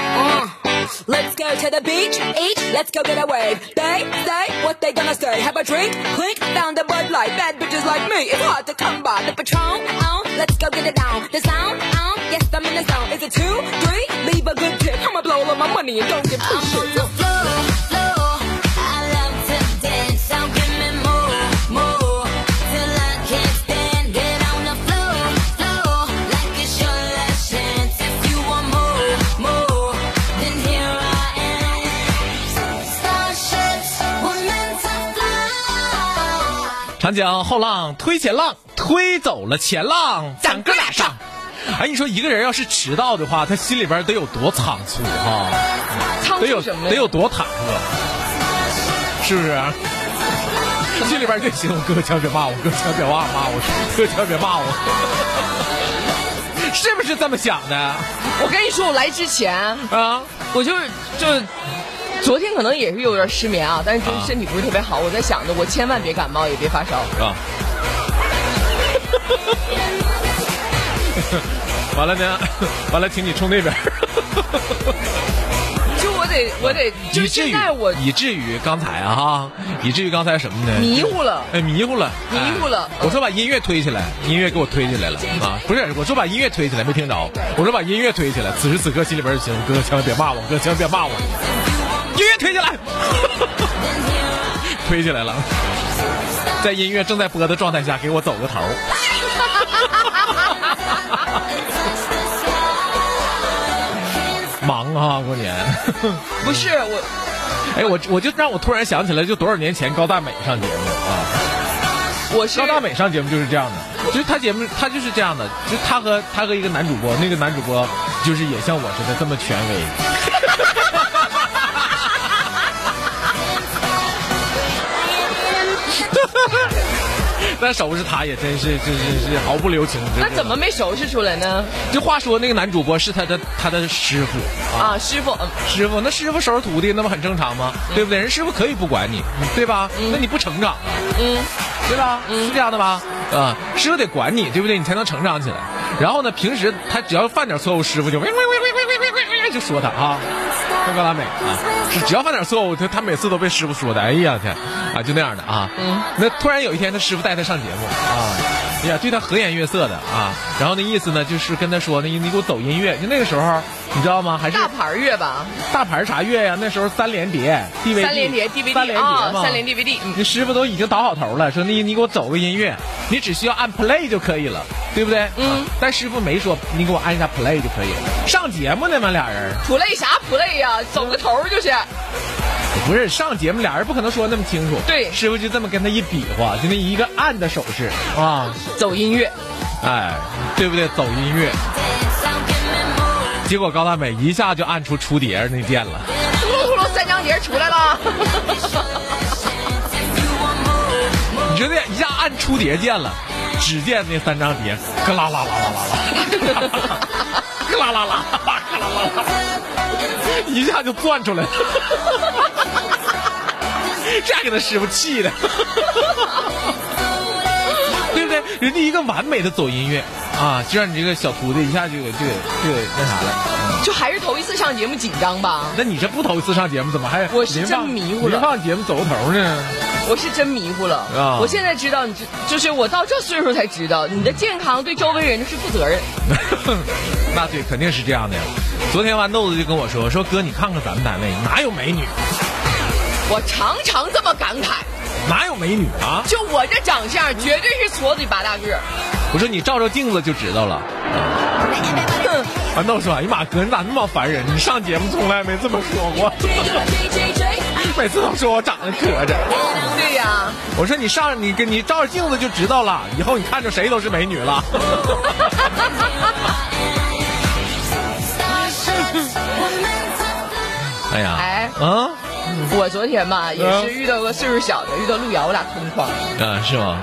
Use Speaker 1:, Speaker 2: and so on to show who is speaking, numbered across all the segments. Speaker 1: Let's go to the beach, eat, let's go get a wave. They say what they gonna say. Have a drink, click, found a bud light. Bad bitches like me, it's hard to come by. The patron, on, let's go get it down. The sound, on, yes, I'm in the zone. Is it two, three? Leave a good tip. I'ma blow all of my money and don't give
Speaker 2: Um,
Speaker 1: two shits.
Speaker 3: Starships
Speaker 4: 长江后浪推前浪，推走了前浪，咱哥俩上。哎，你说一个人要是迟到的话，他心里边得有多仓促啊哈、
Speaker 2: 唱
Speaker 4: 得有
Speaker 2: 什么
Speaker 4: 得有多忐忑，是不是？心里边就寻思，我哥千万别骂我，哥千万别骂我，骂我，哥千万别骂我，是不是这么想的
Speaker 2: 我跟你说，我来之前，
Speaker 4: 啊？
Speaker 2: 我就是就昨天可能也是有点失眠啊，但是就是身体不是特别好。我在想着，我千万别感冒，也别发烧。
Speaker 4: 啊。完了呢，完了，请你冲那边。
Speaker 2: 就我得我得，就
Speaker 4: 以至
Speaker 2: 是现
Speaker 4: 于
Speaker 2: 在我
Speaker 4: 以至于刚才啊，以至于刚才什么呢？
Speaker 2: 迷糊了
Speaker 4: 哎，迷糊了，
Speaker 2: 迷糊了
Speaker 4: 哎我说把音乐推起来，音乐给我推起来了啊！不是，我说把音乐推起来，没听着。我说把音乐推起来，此时此刻心里边就寻思，哥千万别骂我，哥千万别骂我，音乐推起来， 推起来了。在音乐正在播的状态下，给我走个头儿。 忙啊，过年。
Speaker 2: 不是我，
Speaker 4: 哎，我我就让我突然想起来，就多少年前高大美上节目啊，
Speaker 2: 我是
Speaker 4: 高大美上节目就是这样的，就是她节目她就是这样的，就是她和她和一个男主播，那个男主播就是也像我似的这么权 威。但收拾他也真是，是是是毫不留情之
Speaker 2: 那
Speaker 4: 过
Speaker 2: 怎么没收拾出来呢？
Speaker 4: 就话说那个男主播是他的他的师傅啊
Speaker 2: 啊，师傅，嗯
Speaker 4: 师傅，那师傅收拾徒弟，那不很正常吗？对不对？人师傅可以不管你，对吧？那你不成长啊，
Speaker 2: 嗯，
Speaker 4: 对吧？是这样的吧？啊、师傅得管你，对不对？你才能成长起来。然后呢，平时他只要犯点错误，师傅就喂喂喂喂喂喂喂喂喂就说他啊，看高大美啊，是只要犯点错误，他他每次都被师傅说的，哎呀天啊，就那样的啊。
Speaker 2: 嗯
Speaker 4: 那突然有一天，他师傅带他上节目啊。哎呀，对他和颜悦色的啊，然后那意思呢，就是跟他说，那你给我走音乐。就那个时候，你知道吗？还是
Speaker 2: 大牌乐吧，
Speaker 4: 大牌啥乐呀、那时候三连碟、DVD、
Speaker 2: 三连碟 DVD
Speaker 4: 三连碟
Speaker 2: 啊、
Speaker 4: 嘛。
Speaker 2: 三连 DVD，嗯
Speaker 4: 你师傅都已经倒好头了，说你你给我走个音乐，你只需要按 play 就可以了，对不对？
Speaker 2: 嗯
Speaker 4: 啊但师傅没说你给我按一下 play 就可以了。上节目呢嘛，俩人
Speaker 2: ，play 啥 play 呀、走个头儿就是。
Speaker 4: 不是上节目，俩人不可能说那么清楚。
Speaker 2: 对
Speaker 4: 师傅就这么跟他一比划，就那一个按的手势啊，
Speaker 2: 走音乐，
Speaker 4: 哎，对不对？走音乐。结果高大美一下就按出出碟儿那键了。
Speaker 2: 呼噜呼噜三张碟出来了。
Speaker 4: 你说那一下按出碟键了，只见那三张碟，咯啦啦啦啦啦啦，咯啦啦啦啦咯啦啦啦啦，一下就钻出来了。这给他师傅气的，对不对？人家一个完美的走音乐啊，就让你这个小徒弟一下就给就给就给那啥了。
Speaker 2: 就还是头一次上节目紧张吧，
Speaker 4: 那你这不头一次上节目，怎么还
Speaker 2: 我是
Speaker 4: 临
Speaker 2: 真
Speaker 4: 放
Speaker 2: 迷糊了
Speaker 4: 临放节目走个头呢？
Speaker 2: 我是真迷糊了。
Speaker 4: 啊
Speaker 2: 我现在知道你就就是我到这岁数才知道，你的健康对周围人是负责任。
Speaker 4: 那对，肯定是这样的呀。昨天豌豆子就跟我说，说哥，你看看咱们单位哪有美女，
Speaker 2: 我常常这么感慨，
Speaker 4: 哪有美女啊？
Speaker 2: 就我这长相，绝对是矬子里拔大个儿。
Speaker 4: 我说你照照镜子就知道了。
Speaker 2: 哼，
Speaker 4: 豌豆说，哎呀妈，哥，你咋那么烦人？你上节目从来没这么说过， 每次都说我长得磕碜。
Speaker 2: 对呀、
Speaker 4: 我说你上，你跟你照着镜子就知道了，以后你看着谁都是美女了。 哎呀，
Speaker 2: 哎
Speaker 4: 啊，
Speaker 2: 我昨天吧也
Speaker 4: 嗯
Speaker 2: 是遇到个岁数小的，遇到路遥，我俩同框。
Speaker 4: 啊，是吗？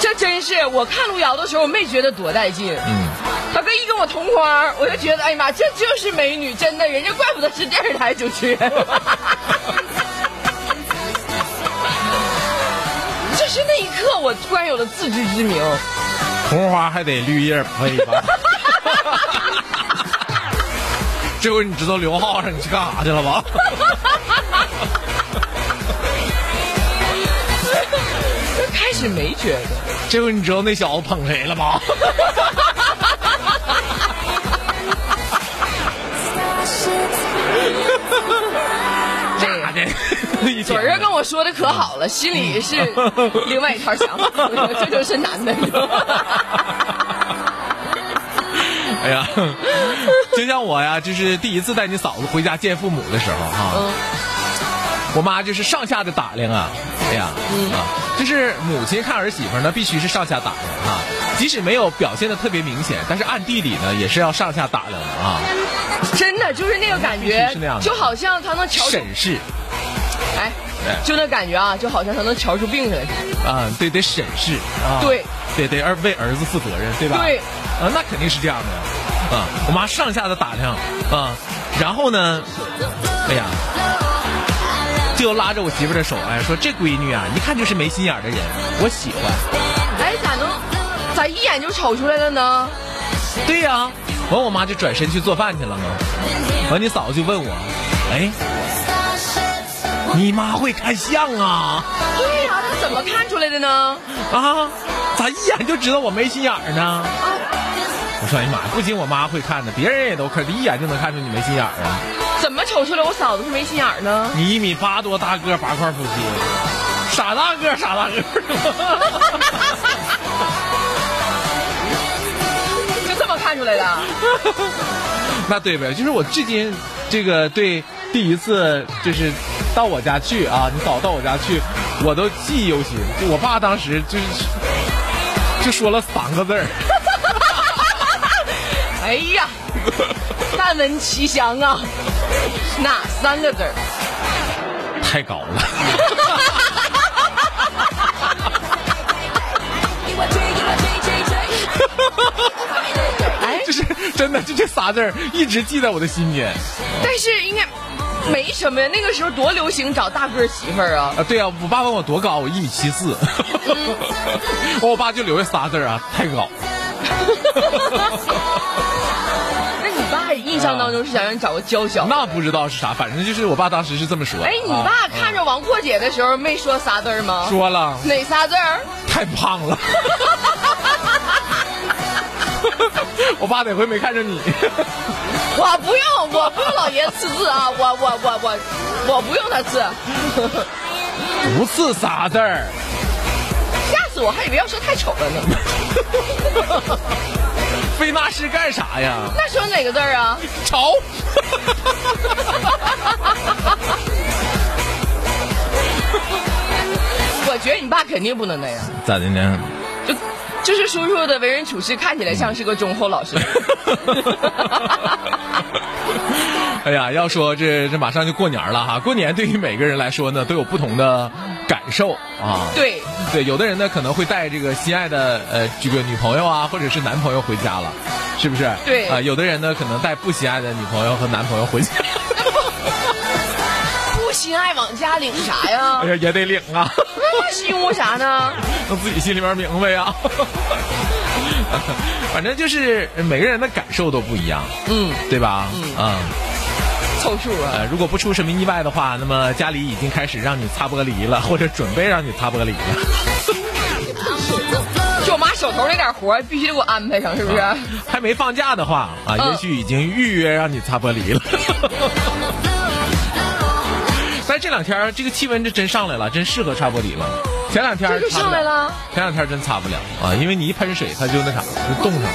Speaker 2: 这真是我看路遥的时候，我没觉得多带劲。
Speaker 4: 嗯，
Speaker 2: 他跟一跟我同框，我就觉得，哎呀妈，这就是美女，真的，人家怪不得是电视台主 持人。就是那一刻，我突然有了自知之明。
Speaker 4: 红花还得绿叶配吧。 这回你知道刘浩上你去干啥去了吧？
Speaker 2: 开始没觉得，
Speaker 4: 这回你知道那小子捧谁了 吧？
Speaker 2: 对，
Speaker 4: 的， 一
Speaker 2: 昨儿跟我说的可好了，心 里是另外一套想法，这就是男的。
Speaker 4: 哎呀，就像我呀，就是第一次带你嫂子回家见父母的时候哈、
Speaker 2: 嗯
Speaker 4: 我妈就是上下的打量啊，哎呀，啊，就是母亲看儿媳妇呢，必须是上下打量啊，即使没有表现的特别明显，但是暗地里呢，也是要上下打量的啊，
Speaker 2: 真的就是那个感觉
Speaker 4: 是那样，的
Speaker 2: 就好像他能瞧出，
Speaker 4: 审视
Speaker 2: 哎
Speaker 4: 哎，
Speaker 2: 就那感觉啊，就好像他能瞧出病来。
Speaker 4: 啊，对，得审视啊，
Speaker 2: 对，
Speaker 4: 对，得儿为儿子负责任，对吧？
Speaker 2: 对，
Speaker 4: 啊，那肯定是这样的呀，啊，我妈上下的打量啊，然后呢，哎呀，就拉着我媳妇儿的手，哎，说这闺女啊，一看就是没心眼儿的人，我喜欢。
Speaker 2: 哎，咋能，咋一眼就瞅出来了呢？
Speaker 4: 对呀、完我妈就转身去做饭去了嘛。完你嫂子就问我，哎，你妈会看相啊？
Speaker 2: 对呀、他怎么看出来的呢？
Speaker 4: 啊，咋一眼就知道我没心眼儿呢？我说哎呀妈，呀，不仅我妈会看呢，别人也都看，一眼就能看出你没心眼儿啊！
Speaker 2: 怎么瞅出来我嫂子是没心眼儿呢？
Speaker 4: 你一米八多大个儿，八块腹肌，傻大个儿傻大个儿，
Speaker 2: 就这么看出来的？
Speaker 4: 那对呗？就是我至今这个对第一次就是到我家去啊，你嫂到我家去，我都记忆犹新。就我爸当时就是就说了三个字儿。
Speaker 2: 哎呀，但闻其详啊，哪三个字儿？
Speaker 4: 太高了。就是真的，就这仨字儿一直记在我的心间
Speaker 2: 但是应该没什么呀，那个时候多流行找大个儿媳妇儿啊。
Speaker 4: 啊！对啊，我爸问我多高，我一米七 四，我爸就留下仨字儿啊，太高。
Speaker 2: 那你爸印象当中是想让你找个娇小的？
Speaker 4: 那不知道是啥，反正就是我爸当时是这么说。
Speaker 2: 哎，你
Speaker 4: 啊
Speaker 2: 爸看着王阔姐的时候没说仨字儿吗？
Speaker 4: 说了，
Speaker 2: 哪仨字儿？
Speaker 4: 太胖 了。我爸哪回没看着你？
Speaker 2: 我不用， 我不用老爷刺字啊，我我我我我不用他刺，
Speaker 4: 不是仨字儿，
Speaker 2: 吓死我，还以为要说太丑了 呢。
Speaker 4: 非那是干啥呀？
Speaker 2: 那说哪个字儿啊？
Speaker 4: 潮。
Speaker 2: 我觉得你爸肯定不能那样，
Speaker 4: 咋的呢？
Speaker 2: 就就是叔叔的为人处事看起来像是个忠厚老 实人。
Speaker 4: 哎呀，要说这这马上就过年了哈，过年对于每个人来说呢，都有不同的感受啊。
Speaker 2: 对，
Speaker 4: 对，有的人呢可能会带这个心爱的呃这个女朋友啊，或者是男朋友回家了，是不是？
Speaker 2: 对
Speaker 4: 啊、有的人呢可能带不心爱的女朋友和男朋友回家，
Speaker 2: 不心爱往家领啥呀
Speaker 4: 哎？呀也得领啊，
Speaker 2: 那心无啥呢？
Speaker 4: 让自己心里面明白 啊。反正就是每个人的感受都不一样，
Speaker 2: 嗯，
Speaker 4: 对吧？嗯。
Speaker 2: 凑数啊。
Speaker 4: 呃，如果不出什么意外的话，那么家里已经开始让你擦玻璃了，或者准备让你擦玻璃了。
Speaker 2: 就我妈手头那点活儿，必须得给我安排上，是不是？
Speaker 4: 还没放假的话啊，
Speaker 2: 嗯
Speaker 4: 也许已经预约让你擦玻璃了。 但这两天儿这个气温这真上来了，真适合擦玻璃了。前两天儿
Speaker 2: 这就
Speaker 4: 擦不
Speaker 2: 上来了，
Speaker 4: 前两天儿真擦不了啊，因为你一喷水它就那啥，就冻上了。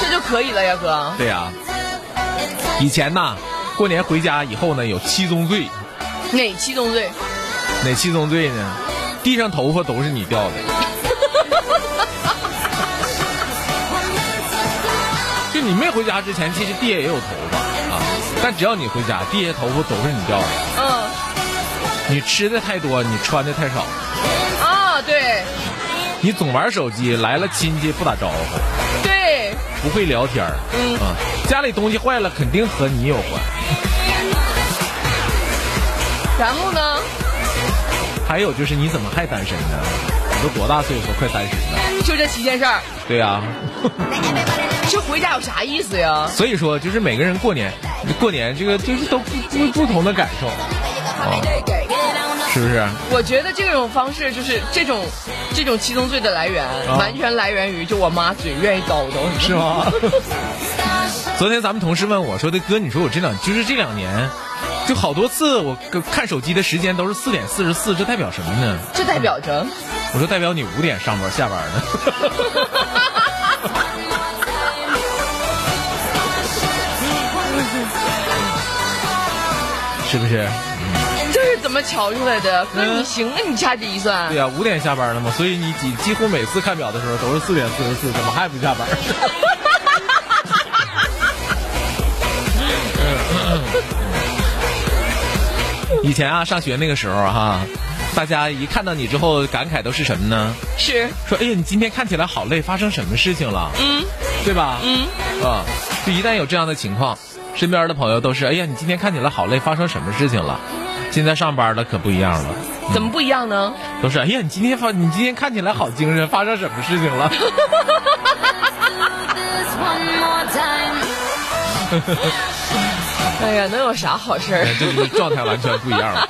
Speaker 2: 这就可以了呀，哥。
Speaker 4: 对呀、以前呐，过年回家以后呢，有七宗罪，
Speaker 2: 哪七宗罪？
Speaker 4: 哪七宗罪呢？地上头发都是你掉的。 就你没回家之前，其实地下也有头发啊，但只要你回家，地下头发都是你掉的。
Speaker 2: 嗯
Speaker 4: 你吃的太多，你穿的太少，
Speaker 2: 啊，对
Speaker 4: 你总玩手机，来了亲戚不打招呼，
Speaker 2: 对，
Speaker 4: 不会聊天儿，
Speaker 2: 嗯
Speaker 4: 啊，家里东西坏了肯定和你有关。
Speaker 2: 然后呢？
Speaker 4: 还有就是你怎么还单身呢？你都多大岁数，快三十了？
Speaker 2: 就这七件事儿，
Speaker 4: 对呀、
Speaker 2: 这回家有啥意思呀？
Speaker 4: 所以说就是每个人过年，过年这个就是都不不不同的感受，是不是？
Speaker 2: 我觉得这种方式就是这种这种七宗罪的来源，
Speaker 4: 啊
Speaker 2: 完全来源于就我妈嘴愿意叨叨，
Speaker 4: 是吗？ 昨天咱们同事问我说的哥，你说我这两就是这两年，就好多次我看手机的时间都是四点四十四，这代表什么呢？
Speaker 2: 这代表着
Speaker 4: 我说代表你五点上班下班呢。 是不是？
Speaker 2: 这是怎么瞧出来的？哥，
Speaker 4: 嗯
Speaker 2: 你行啊，你掐指一算
Speaker 4: 对，呀、五点下班了嘛，所以你几几乎每次看表的时候都是四点四十四，怎么还不下班？ 以前啊，上学那个时候哈、大家一看到你之后感慨都是什么呢？
Speaker 2: 是
Speaker 4: 说哎呀，你今天看起来好累，发生什么事情了？嗯，对吧？嗯，啊，就一旦有这样的情况，身边的朋友都是哎呀，你今天看起来好累，发生什么事情了？现在上班了可不一样了。
Speaker 2: 怎么不一样呢？
Speaker 4: 都是哎呀，你今天发，你今天看起来好精神，发生什么事情了？
Speaker 2: 哎呀，
Speaker 4: 哎
Speaker 2: 能有啥好事儿？
Speaker 4: 这就是状态完全不一样了。